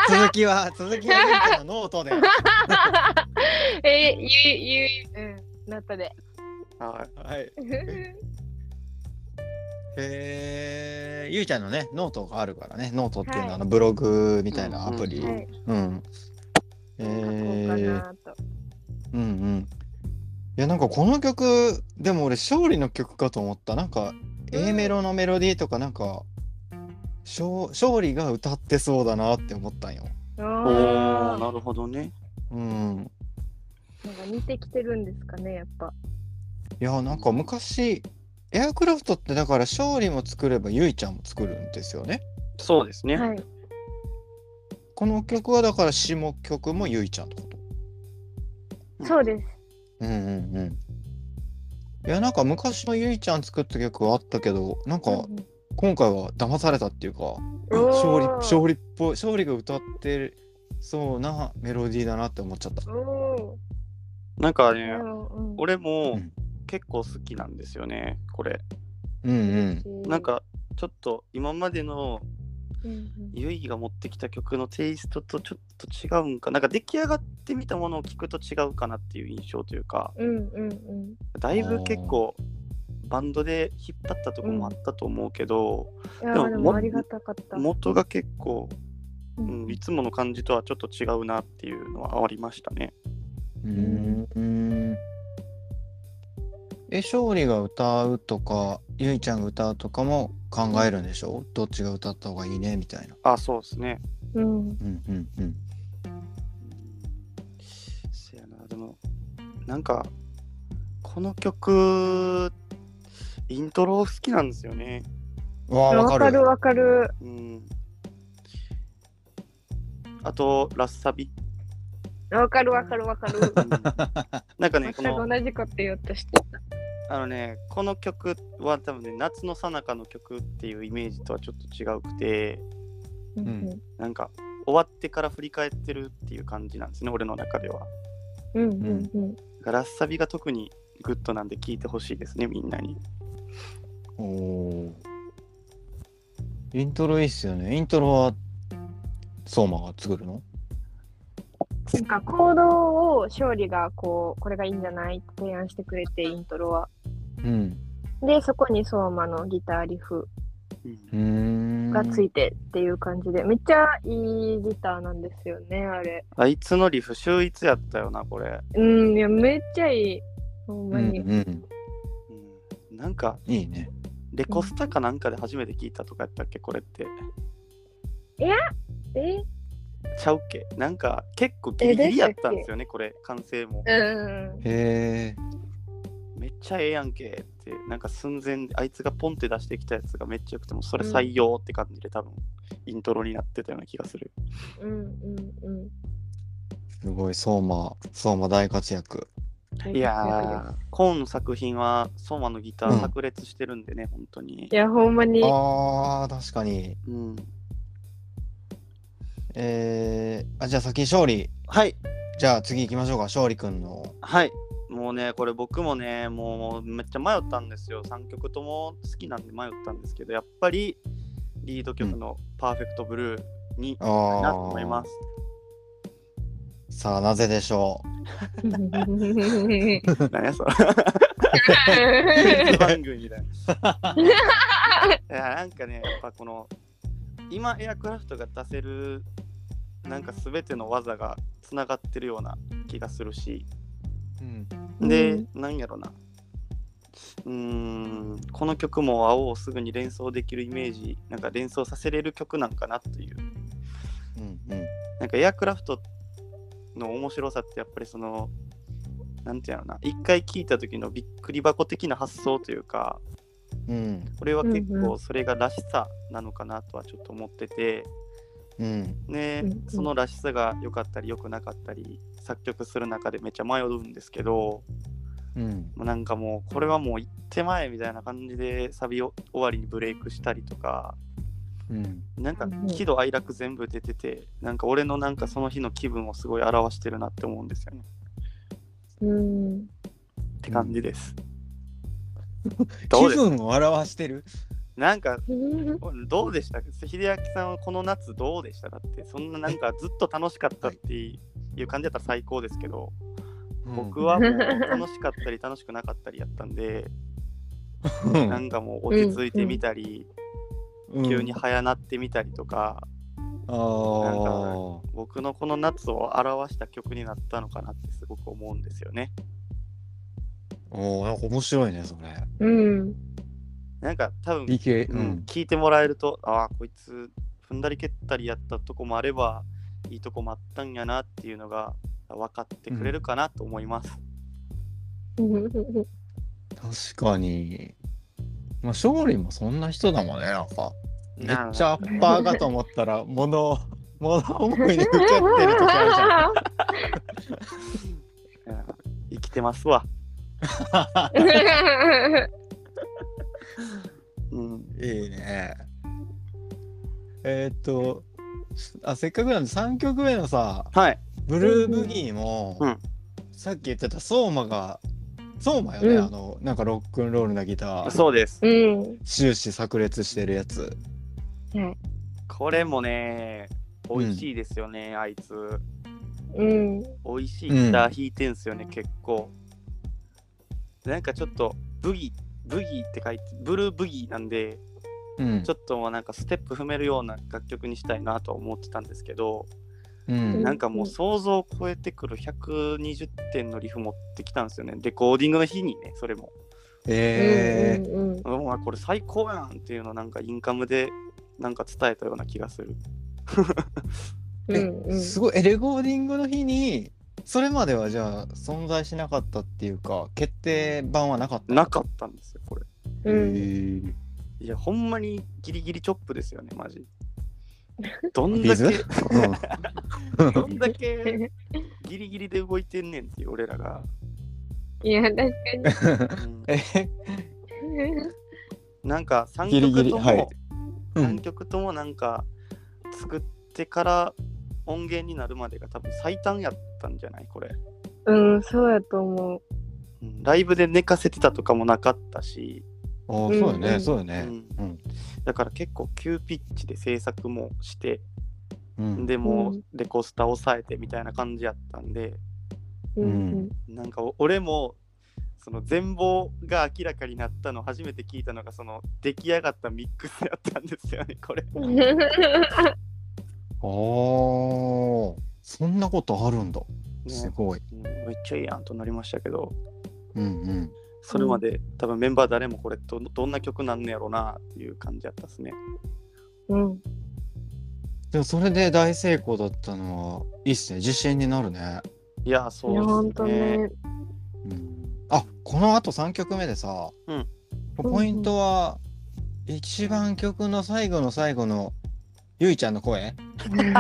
Speaker 1: 続きは、続きはゆうちゃんのノートで。
Speaker 3: [laughs] え、ゆゆうん、ノートで。
Speaker 2: はい。
Speaker 1: はい。えー、ゆうちゃんのね、ノートがあるからね、ノートっていうのはあのブログみたいなアプリ。
Speaker 2: うん
Speaker 3: はい、
Speaker 1: うん。え
Speaker 3: 書こうか
Speaker 1: ー、
Speaker 3: なと。
Speaker 1: うんうん。いや、なんかこの曲、でも俺、勝利の曲かと思った。なんか、
Speaker 3: うん
Speaker 1: A メロのメロディーとか、なんか、勝勝利が歌ってそうだなって思ったんよ。
Speaker 2: お
Speaker 3: お
Speaker 2: ー、
Speaker 3: ー
Speaker 2: なるほどね。
Speaker 1: うん。
Speaker 3: なんか似てきてるんですかね、やっぱ。
Speaker 1: いやなんか昔エアクラフトってだから勝利も作ればゆいちゃんも作るんですよね。
Speaker 2: そうですね。
Speaker 3: はい。
Speaker 1: この曲はだから詞も曲もゆいちゃんってこと。
Speaker 3: そうです。
Speaker 1: うんうんうん。いやなんか昔のゆいちゃん作った曲はあったけどなんか
Speaker 3: うん
Speaker 1: 今回は騙されたっていうか
Speaker 3: おー
Speaker 1: 勝利勝利っぽい勝利が歌ってるそうなメロディーだなって思っちゃった。
Speaker 3: お
Speaker 2: なんか
Speaker 3: ー
Speaker 2: ね
Speaker 3: で、もうん
Speaker 2: 俺も
Speaker 1: うん
Speaker 2: 結構好きなんですよね、これ。
Speaker 1: うんうん。
Speaker 2: なん、か、ちょっと今までの
Speaker 3: うんうん
Speaker 2: ゆいが持ってきた曲のテイストとちょっと違うんかなんか出来上がってみたものを聞くと違うかなっていう印象というか
Speaker 3: うんうんうん
Speaker 2: だいぶ結構バンドで引っ張ったとこもあったと思うけど、
Speaker 3: いや
Speaker 2: でも
Speaker 3: ーで
Speaker 2: も
Speaker 3: もありがたかった。
Speaker 2: 元が結構、
Speaker 3: う
Speaker 2: うんん、いつもの感じとはちょっと違うなっていうのはありましたね。
Speaker 1: うーんえ勝利が歌うとかゆいちゃんが歌うとかも考えるんでしょどっちが歌った方がいいねみたいな。
Speaker 2: あそうですね。
Speaker 3: うん
Speaker 1: うんうんうん。
Speaker 2: せやなでもなんかこの曲イントロ好きなんですよね。
Speaker 1: わあわ
Speaker 3: わ
Speaker 1: か
Speaker 3: か
Speaker 1: る
Speaker 3: る。わかる。
Speaker 2: うん、あとラッサビ。
Speaker 3: わかるわかるわかる。
Speaker 2: うんなん [laughs] かね、
Speaker 3: 全
Speaker 2: こ
Speaker 3: く
Speaker 2: の、
Speaker 3: 同じこと言おうとしてた。
Speaker 2: あのね、この曲は多分ね、夏の最中の曲っていうイメージとはちょっと違うくて、
Speaker 3: うん
Speaker 2: なんか、終わってから振り返ってるっていう感じなんですね、俺の中では。
Speaker 3: うんうんうん
Speaker 2: ガラッサビが特にグッドなんで聴いてほしいですね、みんなに。
Speaker 1: おおー。イントロいいっすよね。イントロは相馬が作るの
Speaker 3: なんか行動を勝利がこうこれがいいんじゃないって提案してくれてイントロは。
Speaker 1: うん。
Speaker 3: でそこに相馬のギターリフ
Speaker 1: うーん。
Speaker 3: がついてっていう感じでめっちゃいいギターなんですよねあれ。
Speaker 2: あいつのリフ、秀逸やったよな、これ。
Speaker 3: うんいやめっちゃいいほん
Speaker 1: う
Speaker 3: ま
Speaker 1: ん
Speaker 3: に。
Speaker 1: うん。
Speaker 2: うん、なんか、
Speaker 1: いいね。
Speaker 2: レコスタかなんかで初めて聴いたとかやったっけ、これって。
Speaker 3: え
Speaker 2: ちゃうっけなんか、結構ギリギリやったんですよね、これ、完成も。
Speaker 3: うん
Speaker 1: へえ。
Speaker 2: めっちゃええやんけってなんか寸前であいつがポンって出してきたやつがめっちゃよくてもそれ採用って感じで多分イントロになってたような気がする
Speaker 3: うんうんうん。
Speaker 1: すごい相馬相馬大活躍。
Speaker 3: 大
Speaker 2: い
Speaker 3: 活躍
Speaker 2: や
Speaker 3: で
Speaker 2: ー、コーンの作品は、ソマのギタ
Speaker 1: う
Speaker 2: ー
Speaker 1: ん
Speaker 2: 炸裂してるんでね、本当に
Speaker 3: すい。や、ほんまに。
Speaker 1: ああ、確かに。
Speaker 2: うん。
Speaker 1: えー、あ、じゃあ先勝利。
Speaker 2: はい、
Speaker 1: じゃあ次行きましょうか。勝利くんの。
Speaker 2: はい。もうね、これ僕もね、もうめっちゃ迷ったんですよ。3曲とも好きなんで迷ったんですけど、やっぱりリード曲のパーフェクトブルーに
Speaker 1: あ
Speaker 2: したいなと
Speaker 1: あ
Speaker 2: 思います。
Speaker 1: さあ、なぜでしょ
Speaker 2: 何やそれ。
Speaker 1: [laughs]
Speaker 2: 番組みたいな。いやなんかね、やっぱこの今エアクラフトが出せるなんか全ての技がつながってるような気がするし、
Speaker 1: う。うん。
Speaker 2: で、
Speaker 3: うん
Speaker 2: なんやろな。うーんこの曲も青をすぐに連想できるイメージなんか連想させれる曲なんかなという
Speaker 1: うんうん。
Speaker 2: なんかエアクラフトの面白さってやっぱりそのなんていうのな一回聴いた時のびっくり箱的な発想というか
Speaker 1: うん。
Speaker 2: これは結
Speaker 3: うんう
Speaker 2: 構それがらしさなのかなとはちょっと思ってて、
Speaker 1: うん。
Speaker 2: ね
Speaker 3: うんうん
Speaker 2: そのらしさが良かったり良くなかったり作曲する中でめっちゃ迷うんですけど
Speaker 1: うん。
Speaker 2: もうなんかもうこれはもう一手前みたいな感じでサビを終わりにブレイクしたりとか
Speaker 1: うん。
Speaker 2: なんか
Speaker 3: うんうん
Speaker 2: 喜怒哀楽全部出ててなんか俺のなんかその日の気分をすごい表してるなって思うんですよね
Speaker 3: うん。
Speaker 2: って感じです。ど
Speaker 1: 気
Speaker 2: うです
Speaker 1: 分を表してる。
Speaker 2: なんか
Speaker 3: うん
Speaker 2: どうでした秀明さんはこの夏どうでしただってそんななんかずっと楽しかったっていう感じだったら最高ですけど、僕はもう楽しかったり楽しくなかったりやったんで、
Speaker 1: うん、
Speaker 2: なんかもう落ち着いてみたり、
Speaker 1: うん
Speaker 2: 急に早なってみたりとか、
Speaker 1: ああ。
Speaker 2: 僕のこの夏を表した曲になったのかなってすごく思うんですよね。
Speaker 1: おお、なんか面白いね、それ。
Speaker 3: うん。
Speaker 2: なんか多分、
Speaker 1: 理系。
Speaker 2: うん。聞いてもらえるとああこいつ踏んだり蹴ったりやったとこもあればいいとこもあったんやなっていうのが分かってくれるかなと思います。
Speaker 1: 確かに。まあ、勝利もそんな人だもんね、なんか。めっちゃアッパーかと思ったら、物を、物思いで受けってる時あるじゃん。
Speaker 2: うん生きてますわ。
Speaker 3: [laughs]
Speaker 2: うん。
Speaker 1: いいね。えーっと、あ、せっかくなんで3曲目のさ、
Speaker 2: はい。
Speaker 1: ブルーブギーも、
Speaker 2: うん
Speaker 1: さっき言ってた相馬が、相馬よね、
Speaker 3: うん
Speaker 1: あの、なんかロックンロールなギター、
Speaker 2: そうです。
Speaker 3: うん。
Speaker 1: 終始炸裂してるやつ。
Speaker 2: これもね、美味しいですよね、あいつ。
Speaker 3: うん。
Speaker 2: 美味しいギター弾いてんすよね、結構。なんかちょっと、ブギ、ブギって書いて、ブルーブギなんで、
Speaker 1: うん
Speaker 2: ちょっともうなんかステップ踏めるような楽曲にしたいなとは思ってたんですけど、
Speaker 1: うん
Speaker 2: なんかもう想像を超えてくる120点のリフ持ってきたんですよね。レコーディングの日にね、それも。
Speaker 1: えー
Speaker 3: うん。
Speaker 2: うわこれ最高やんっていうのをなんかインカムでなんか伝えたような気がする。
Speaker 3: うん。うん。うん。
Speaker 1: すごいえレコーディングの日にそれまではじゃあ存在しなかったっていうか決定版はなかった
Speaker 2: なかったんですよ、これ。
Speaker 3: うん。
Speaker 2: いや、ほんまにギリギリチョップですよね、マ
Speaker 1: [laughs]
Speaker 2: ジ。どん
Speaker 1: ビー
Speaker 2: だ
Speaker 1: ズ
Speaker 2: [laughs] け、 [laughs] どんだけギリギリで動いてんねんっていう俺らが。
Speaker 1: [laughs]
Speaker 3: いや、確か
Speaker 2: うん
Speaker 1: え
Speaker 3: に。
Speaker 2: なんか3
Speaker 1: ギリギ
Speaker 2: 曲
Speaker 1: リ
Speaker 2: とも、
Speaker 1: はいうん
Speaker 2: 3曲ともなんか作ってから音源になるまでが多分最短やったんじゃないこれ、
Speaker 3: うん、そうやと思う。
Speaker 2: うんライブで寝かせてたとかもなかったし、
Speaker 1: あーそうよ
Speaker 3: うんう
Speaker 1: ね
Speaker 3: ん
Speaker 1: そうよ
Speaker 2: う
Speaker 1: ね
Speaker 2: ん
Speaker 1: うん
Speaker 2: だから結構急ピッチで制作もして、
Speaker 1: うん
Speaker 2: でも
Speaker 3: う
Speaker 2: うんレコスタ抑えてみたいな感じやったんで
Speaker 3: うん。
Speaker 2: なんかお俺もその全貌が明らかになったの初めて聞いたのがその出来上がったミックスやったんですよね [laughs] これ
Speaker 3: うん。う
Speaker 1: おーそんなことあるんだす
Speaker 2: ね、
Speaker 1: ごい
Speaker 2: うんめっちゃいいやんとなりましたけど
Speaker 1: うんうん
Speaker 2: それまで多分メンバー誰もこれどどんな曲なんねやろうなっていう感じやったっすね
Speaker 3: ん。
Speaker 1: でもそれで大成功だったのはいいっすね自信になるね
Speaker 2: いや
Speaker 3: いや、ほ
Speaker 2: そうんです
Speaker 3: と
Speaker 2: ね
Speaker 3: ね。
Speaker 1: うんあこのあと3曲目でさ、
Speaker 2: うん
Speaker 1: ポイントは一番曲の最後の最後のゆ
Speaker 2: [laughs]
Speaker 1: いちゃんの声あれあれは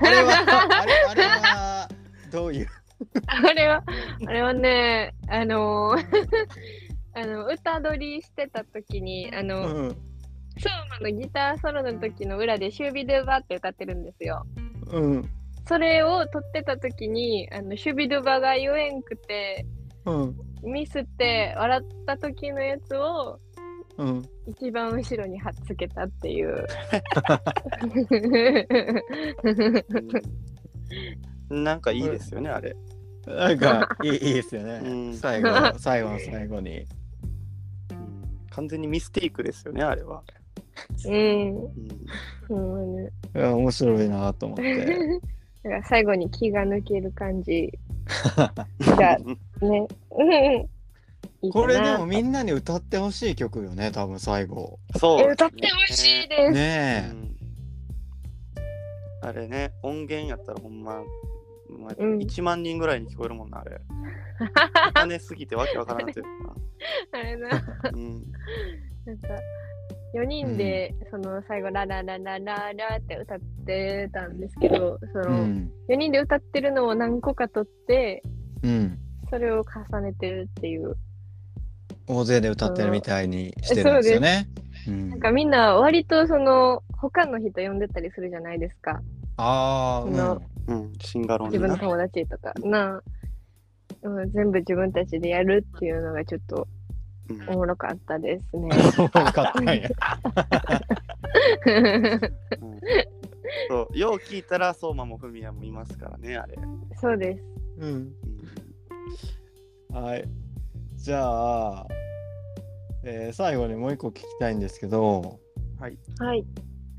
Speaker 1: あれあれはどういう
Speaker 3: あれは、あれはね、あのーあの歌取りしてた時に、あ
Speaker 1: う
Speaker 3: の、
Speaker 1: ん
Speaker 3: そうあのギターソロの時の裏で「シュービドゥバ」って歌ってるんですよ。
Speaker 1: うん
Speaker 3: それを撮ってた時にあのシュービドゥバが言えんくて
Speaker 1: うん
Speaker 3: ミスって笑った時のやつを
Speaker 1: うん
Speaker 3: 一番後ろに貼っつけたっていう。
Speaker 2: うんなんかいいですよね、あれ。
Speaker 1: なんかいいいいですよね、
Speaker 2: うん
Speaker 1: 最後最後の最後に
Speaker 2: 完全にミステイクですよね、あれは。
Speaker 3: うん、
Speaker 2: うん
Speaker 3: うんね
Speaker 1: いや面白いなと思って
Speaker 3: だから最後に気が抜ける感じが [laughs] ね。うんいいか
Speaker 1: [laughs]
Speaker 3: な
Speaker 1: これでもみんなに歌ってほしい曲よね多分最後
Speaker 2: [laughs] そうで
Speaker 3: え
Speaker 2: すね、
Speaker 3: 歌ってほしいで
Speaker 1: ね
Speaker 2: う
Speaker 3: す。
Speaker 1: え
Speaker 2: んあれね、音源やったらほんま、まあ
Speaker 3: うん
Speaker 2: 1万人ぐらいに聞こえるもんな、あ
Speaker 3: [laughs]
Speaker 2: れ。お金すぎてわけわからんというか。
Speaker 3: あれな
Speaker 2: うん
Speaker 3: なんか4人で、その最後「ララララララ」って歌ってたんですけどそうの、
Speaker 1: ん
Speaker 3: 4人で歌ってるのを何個か撮って
Speaker 1: うん
Speaker 3: それを重ねてるっていう
Speaker 1: 大勢で歌ってるみたいにしてるんですよねうん
Speaker 3: なんかみんな割とその他の人呼んでたりするじゃないですか
Speaker 1: ああ、うん、
Speaker 3: の
Speaker 2: うん、シンガロン
Speaker 3: 自
Speaker 2: に
Speaker 3: 分の
Speaker 2: な。
Speaker 3: 友達とかなあ、うん、全部自分たちでやるっていうのがちょっと
Speaker 2: うん
Speaker 3: おもろかったです
Speaker 2: [laughs]
Speaker 3: ね。
Speaker 1: そうかったん [laughs] や
Speaker 2: うんそうよう聞いたら相馬もフミヤもいますからねあれ、うん
Speaker 3: そうです。
Speaker 1: うんはいじゃあ、えー最後にもう一個聞きたいんですけど
Speaker 2: はい
Speaker 3: はい。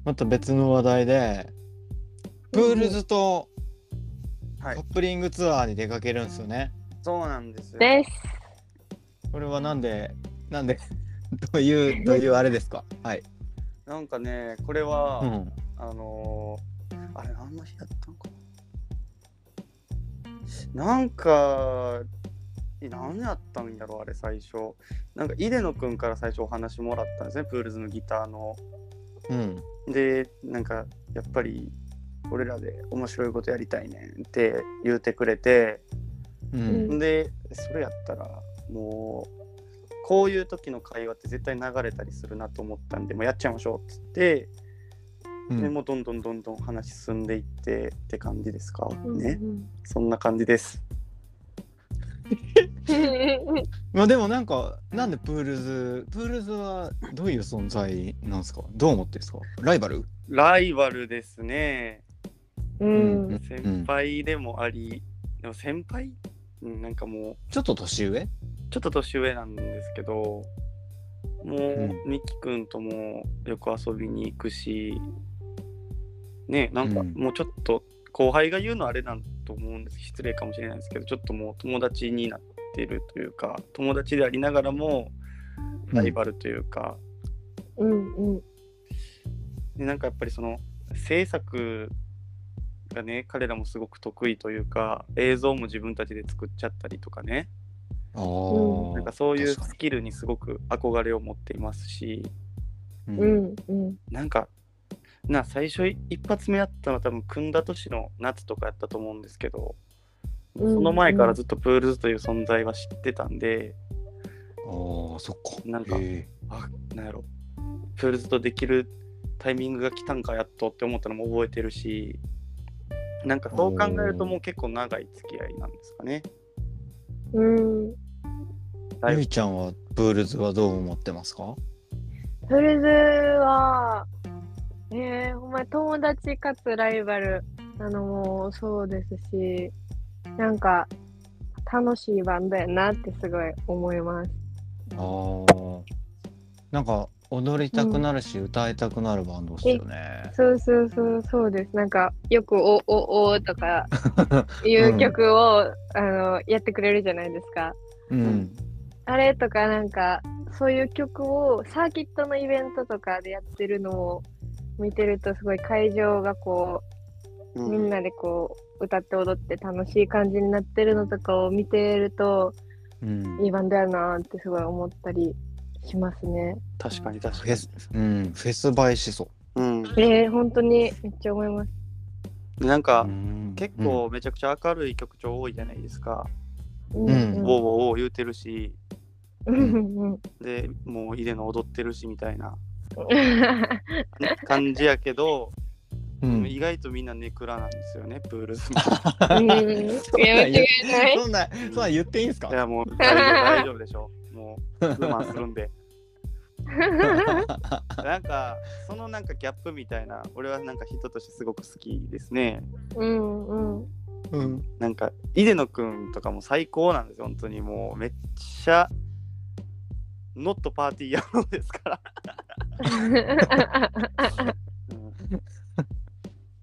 Speaker 1: また別の話題でプールズと
Speaker 2: は
Speaker 1: カ
Speaker 2: い
Speaker 1: ップリングツアーに出かけるんですよね、
Speaker 2: そうなんですよ
Speaker 3: です。
Speaker 1: これはなんでなんで [laughs] どういうどういうあれですかはい、
Speaker 2: なんかねこれは、
Speaker 1: うん、
Speaker 2: あのー、あれ何の日だったのかななんかえ何やったんやろあれ最初なんか出野くんから最初お話もらったんですねプールズのギターの
Speaker 1: うん
Speaker 2: でなんかやっぱり俺らで面白いことやりたいねんって言うてくれて
Speaker 1: うん
Speaker 2: でそれやったらもうこういう時の会話って絶対流れたりするなと思ったんでもうやっちゃいましょうっつって、
Speaker 1: う
Speaker 2: で
Speaker 1: ん
Speaker 2: もうどんどんどんどん話進んでいってって感じですか
Speaker 3: うん
Speaker 2: ね、そんな感じです
Speaker 1: まあでもなんかなんでプールズプールズはどういう存在なんですかどう思ってるんですかライバル
Speaker 2: ライバルですね
Speaker 3: う
Speaker 1: うん
Speaker 3: ん
Speaker 1: うん
Speaker 2: 先輩でもあり、でも先輩うんなんかもう
Speaker 1: ちょっと年上
Speaker 2: ちょっと年上なんですけどもう、ミキくんともよく遊びに行くしねなんか
Speaker 1: うん
Speaker 2: もうちょっと後輩が言うのはあれなんと思うんです失礼かもしれないですけどちょっともう友達になってるというか友達でありながらも
Speaker 1: うん
Speaker 2: ライバルというか、
Speaker 3: うんうん
Speaker 2: でなんかやっぱりその制作がね彼らもすごく得意というか映像も自分たちで作っちゃったりとかね
Speaker 1: あ
Speaker 3: う
Speaker 1: ー
Speaker 2: なんかそういう
Speaker 1: 確か
Speaker 2: スキルにすごく憧れを持っていますし
Speaker 1: に
Speaker 3: う
Speaker 1: うん
Speaker 3: んうん
Speaker 2: なんかな最初い一発目やったのは多分組んだ年の夏とかやったと思うんですけど、
Speaker 3: うん
Speaker 2: その前からずっとプールズという存在は知ってたんで
Speaker 1: ああそっか
Speaker 2: なんか
Speaker 1: へ
Speaker 2: あなんやろプールズとできるタイミングが来たんかやっとって思ったのも覚えてるしなんかそう考えるともう結構長い付き合いなんですかね。
Speaker 3: うん
Speaker 1: え
Speaker 2: だい
Speaker 1: ゆ
Speaker 2: ぶ
Speaker 1: いちゃんはプールズはどう思ってますか
Speaker 3: プルズは、えー、ほんまに友達かつライバルなのもそうですし、なんか楽しいバンドやなってすごい思います。
Speaker 1: ああなんか踊りたくなるし歌いたくなるバンドですよね
Speaker 3: そうそうそうそうです。なんかよくおおおとかいう曲を、あのやってくれるじゃないですか。
Speaker 1: うん
Speaker 3: あれとかなんかそういう曲をサーキットのイベントとかでやってるのを見てるとすごい会場がこう
Speaker 2: う
Speaker 3: みんなでこう歌って踊って楽しい感じになってるのとかを見てると
Speaker 1: うん
Speaker 3: いいバンドやなってすごい思ったりしますね。
Speaker 2: 確かに確
Speaker 1: フ
Speaker 2: かに
Speaker 1: ェス、うん、フェス映えしそう
Speaker 2: うん、
Speaker 3: えー、本当にめっちゃ思います。
Speaker 2: でなんか、
Speaker 1: うん
Speaker 2: 結構めちゃくちゃ明るい曲調多いじゃないですか。
Speaker 3: う
Speaker 2: ウ
Speaker 3: ん
Speaker 2: ォーウォーウォー言うてるし、
Speaker 3: うん
Speaker 2: で、もう家の踊ってるしみたいな
Speaker 3: う
Speaker 2: 感じやけど、
Speaker 1: う
Speaker 2: で
Speaker 1: ん
Speaker 2: も意外とみんなネクラなんですよね、プールズも。
Speaker 3: んうんやめてくれない
Speaker 1: そんなそんな言っていいんですか
Speaker 2: いや、もう大丈夫大丈夫でしょ。もう、ウーマンするんで。なんか、そのなんかギャップみたいな、俺はなんか人としてすごく好きですね。
Speaker 3: うんうん
Speaker 1: うん
Speaker 2: なんか、井出野くんとかも最高なんですよ、本当にもう、めっちゃ、ノットパーティーやろうですから。うん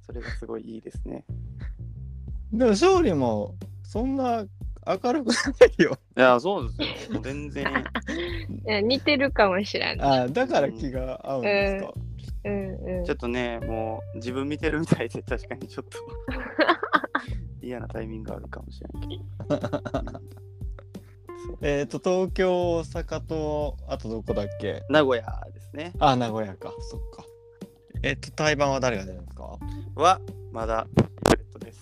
Speaker 2: それがすごいいいですね。
Speaker 1: でも勝利もそんな明るくないよ
Speaker 2: いや、そうですよ。もう全然。
Speaker 3: いや似てるかもしれない。
Speaker 1: あだから気が合うんですか、
Speaker 3: うんうん
Speaker 2: ちょっとね、もう自分見てるみたいで確かにちょっと嫌なタイミングあるかもしれんけど。そう
Speaker 1: えっ、と東京大阪とあとどこだっけ
Speaker 2: 名古屋ですね。
Speaker 1: あ名古屋かそっかえっ、と対バンは誰が出るんですか
Speaker 2: は、まだシークレットです。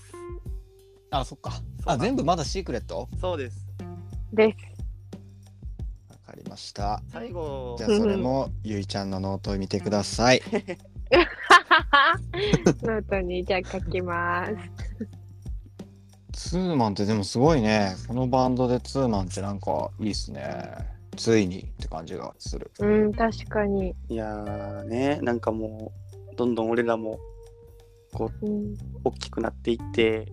Speaker 1: あそっか
Speaker 2: そうな
Speaker 1: あ
Speaker 2: ん
Speaker 1: 全部まだシークレット
Speaker 2: そうです。
Speaker 3: です。
Speaker 1: わかりました
Speaker 2: 最後
Speaker 1: じゃあ、それもゆいちゃんのノートを見てください
Speaker 3: ノートにじゃあ書きます。
Speaker 1: ツーマンってでもすごいね。このバンドでツーマンってなんかいいっすね。ついにって感じがする。
Speaker 3: うん、確かに。
Speaker 2: いやーね、なんかもう、どんどん俺らも
Speaker 3: うん、
Speaker 2: 大きくなっていって、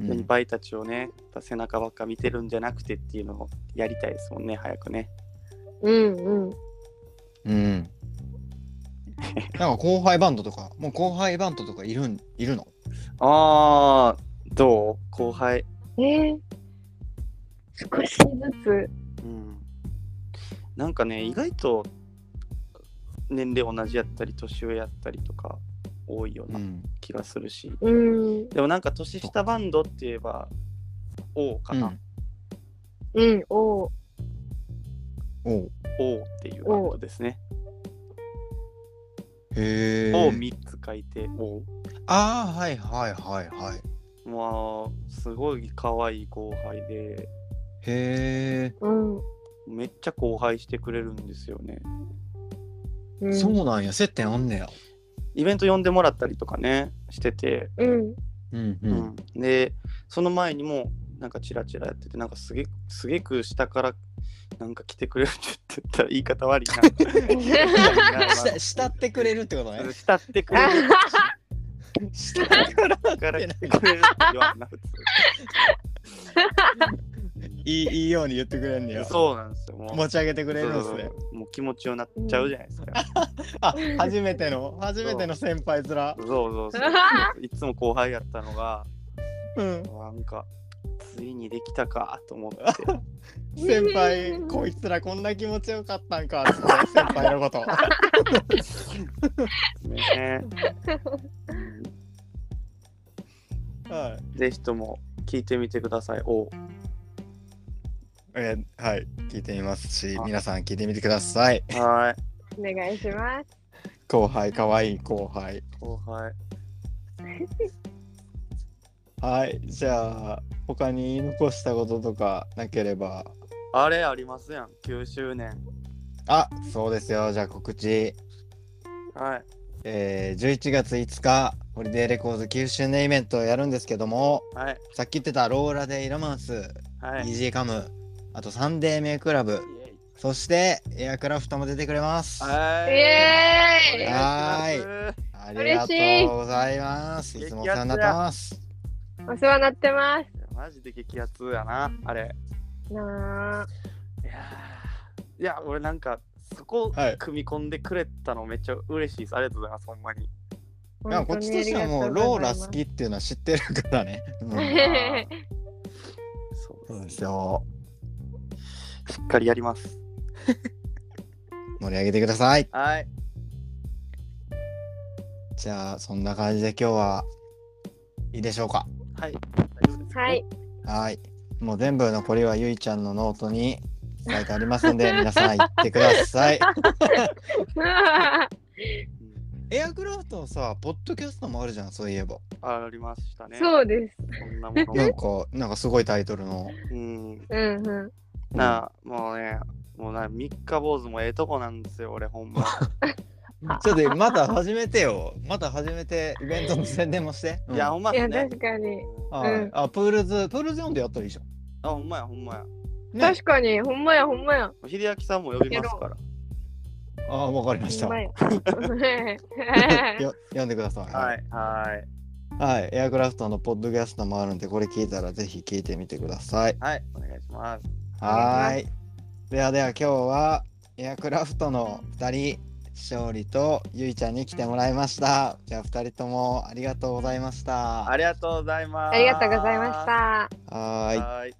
Speaker 1: う
Speaker 2: 先
Speaker 1: ん、
Speaker 2: 輩たちをね、やっぱ背中ばっか見てるんじゃなくてっていうのをやりたいですもんね、早くね。
Speaker 3: うん、うん。
Speaker 1: うん。なんか後輩バンドとか、もう後輩バンドとかいるんいるの
Speaker 2: あー、どう後輩。
Speaker 3: えー、少しず
Speaker 2: うんなんかね意外と年齢同じやったり年上やったりとか多いよう
Speaker 1: う。
Speaker 2: なん気がするし、
Speaker 3: つ、うん、
Speaker 2: でもなんか年下バンドって言えば王か
Speaker 1: うん
Speaker 2: な、
Speaker 3: うん、おう、
Speaker 1: おう
Speaker 2: 王っていうバンドですね
Speaker 1: へえ。
Speaker 2: 王3つ書いて王
Speaker 1: ああ、はいはいはいはい。
Speaker 2: まあすごい可愛い後輩で
Speaker 1: へえ、
Speaker 3: うん、
Speaker 2: めっちゃ後輩してくれるんですよね
Speaker 3: うん、
Speaker 1: そうなんや。接点あんねや。
Speaker 2: イベント呼んでもらったりとかねしてて、
Speaker 3: うん、
Speaker 1: うんう。
Speaker 2: うんん、でその前にもなんかチラチラやっててなんかすげすげく下からなんか来てくれるって言ったら言い方悪い
Speaker 1: [laughs]
Speaker 2: な
Speaker 1: [laughs] した慕ってくれるってことね
Speaker 2: うん。慕ってくれる
Speaker 1: [laughs] 慕ってくれる
Speaker 2: 下から来てくれるって言わんな普
Speaker 1: いいいいように言ってくれんねや
Speaker 2: 通。そうなんですよもう
Speaker 1: 持ち上げてくれるんですね
Speaker 2: そう。そうそうもう気持ちよなっちゃうじゃないですか、
Speaker 1: あ、初めての、初めての先輩面。
Speaker 2: そうそうそういつも後輩やったのが
Speaker 1: うん。
Speaker 2: なんかついにできたかと思って
Speaker 1: 先輩、こいつらこんな気持ちよかったんか、つって先輩の [laughs] こと。 [laughs]
Speaker 2: ね、うん
Speaker 1: はい。
Speaker 2: ぜひとも聞いてみてくださいおう
Speaker 1: えーはい、聞いてみますし
Speaker 2: あ、
Speaker 1: 皆さん聞いてみてください。
Speaker 2: は
Speaker 3: お願いします。
Speaker 1: 後輩、可愛い後輩。
Speaker 2: い後輩
Speaker 1: はい、じゃあ、他に言い残したこととかなければ。
Speaker 2: あれありますやん、9周年。
Speaker 1: あ、そうですよ。じゃあ告知。
Speaker 2: はい。
Speaker 1: えー、11月5日、ホリデーレコーズ9周年イベントをやるんですけども、
Speaker 2: はい。
Speaker 1: さっき言ってたローラデイロマンス、
Speaker 2: はい。
Speaker 1: イージーカム、あとサンデーメイクラブ、
Speaker 2: イエイ
Speaker 1: そしてエアクラフトも出てくれます。あ
Speaker 2: は
Speaker 3: イ
Speaker 2: い。
Speaker 3: エーイ
Speaker 1: は
Speaker 2: はい
Speaker 1: いりがとうございます。
Speaker 2: 嬉し
Speaker 1: い
Speaker 2: い
Speaker 1: つもお世話になってます。
Speaker 3: お世話になってま
Speaker 2: マジで激アツやな、あれ。
Speaker 3: す。なあ、
Speaker 2: いやーいや、俺なんか、そこ
Speaker 1: はい
Speaker 2: 組み込んでくれたのめっちゃ嬉しいです。ありがとうございます、ほんまに。
Speaker 1: いやこっちとしてはもうローラ好きっていうのは知ってるからね。うん、
Speaker 2: あーそう
Speaker 1: そう
Speaker 2: で
Speaker 1: ですすよ。
Speaker 2: しっかりやります。
Speaker 1: 盛り上げてください。
Speaker 2: はい。
Speaker 1: じゃあそんな感じで今日はいいでしょうか。
Speaker 2: はい。大丈夫です
Speaker 3: はい。、
Speaker 1: はい。もう全部残りはゆいちゃんのノートに書いてありますん
Speaker 2: [laughs]
Speaker 1: で皆さん行ってください。エアクラフトのさ、ポッドキャストもあるじゃん、そういえば。
Speaker 2: ありましたね。
Speaker 3: そうです。
Speaker 2: そんなもの。
Speaker 1: なんか、なんかすごいタイトルの。
Speaker 2: うん。
Speaker 3: うんう
Speaker 2: なあ、もうね、もうな、三日坊主もええとこなんですよ、俺、ほんま。
Speaker 1: ちょっとまた始めてよ。また始めて、イベントの宣伝もして。
Speaker 2: いや、
Speaker 1: う
Speaker 2: ほ
Speaker 1: ん
Speaker 2: んま
Speaker 3: ん。い
Speaker 2: っす
Speaker 3: や、
Speaker 2: ね。
Speaker 3: 確かに。
Speaker 1: はい
Speaker 3: うん
Speaker 1: あ、プールズ、プールズ読んでやったらいいじゃん。
Speaker 2: あ、ほんまや、ほんまや。
Speaker 1: ね
Speaker 3: 確かに、ほんまや、ほんまや。
Speaker 2: 秀明さんも呼びますから。
Speaker 1: あ、わかりまし
Speaker 3: ほ
Speaker 1: た。
Speaker 3: んまや。
Speaker 1: よ読んでください。
Speaker 2: はい、はい。
Speaker 1: はい、エアクラフトのポッドキャストもあるんで、これ聞いたらぜひ聞いてみてください。
Speaker 2: はい、お願いします。
Speaker 1: はーい。ではでは今日はエアクラフトの2人、勝利とゆいちゃんに来てもらいました。じゃあ2人ともありがとうございました。
Speaker 2: ありがとうございます。
Speaker 3: ありがとうございました。
Speaker 1: はーい。
Speaker 2: はい。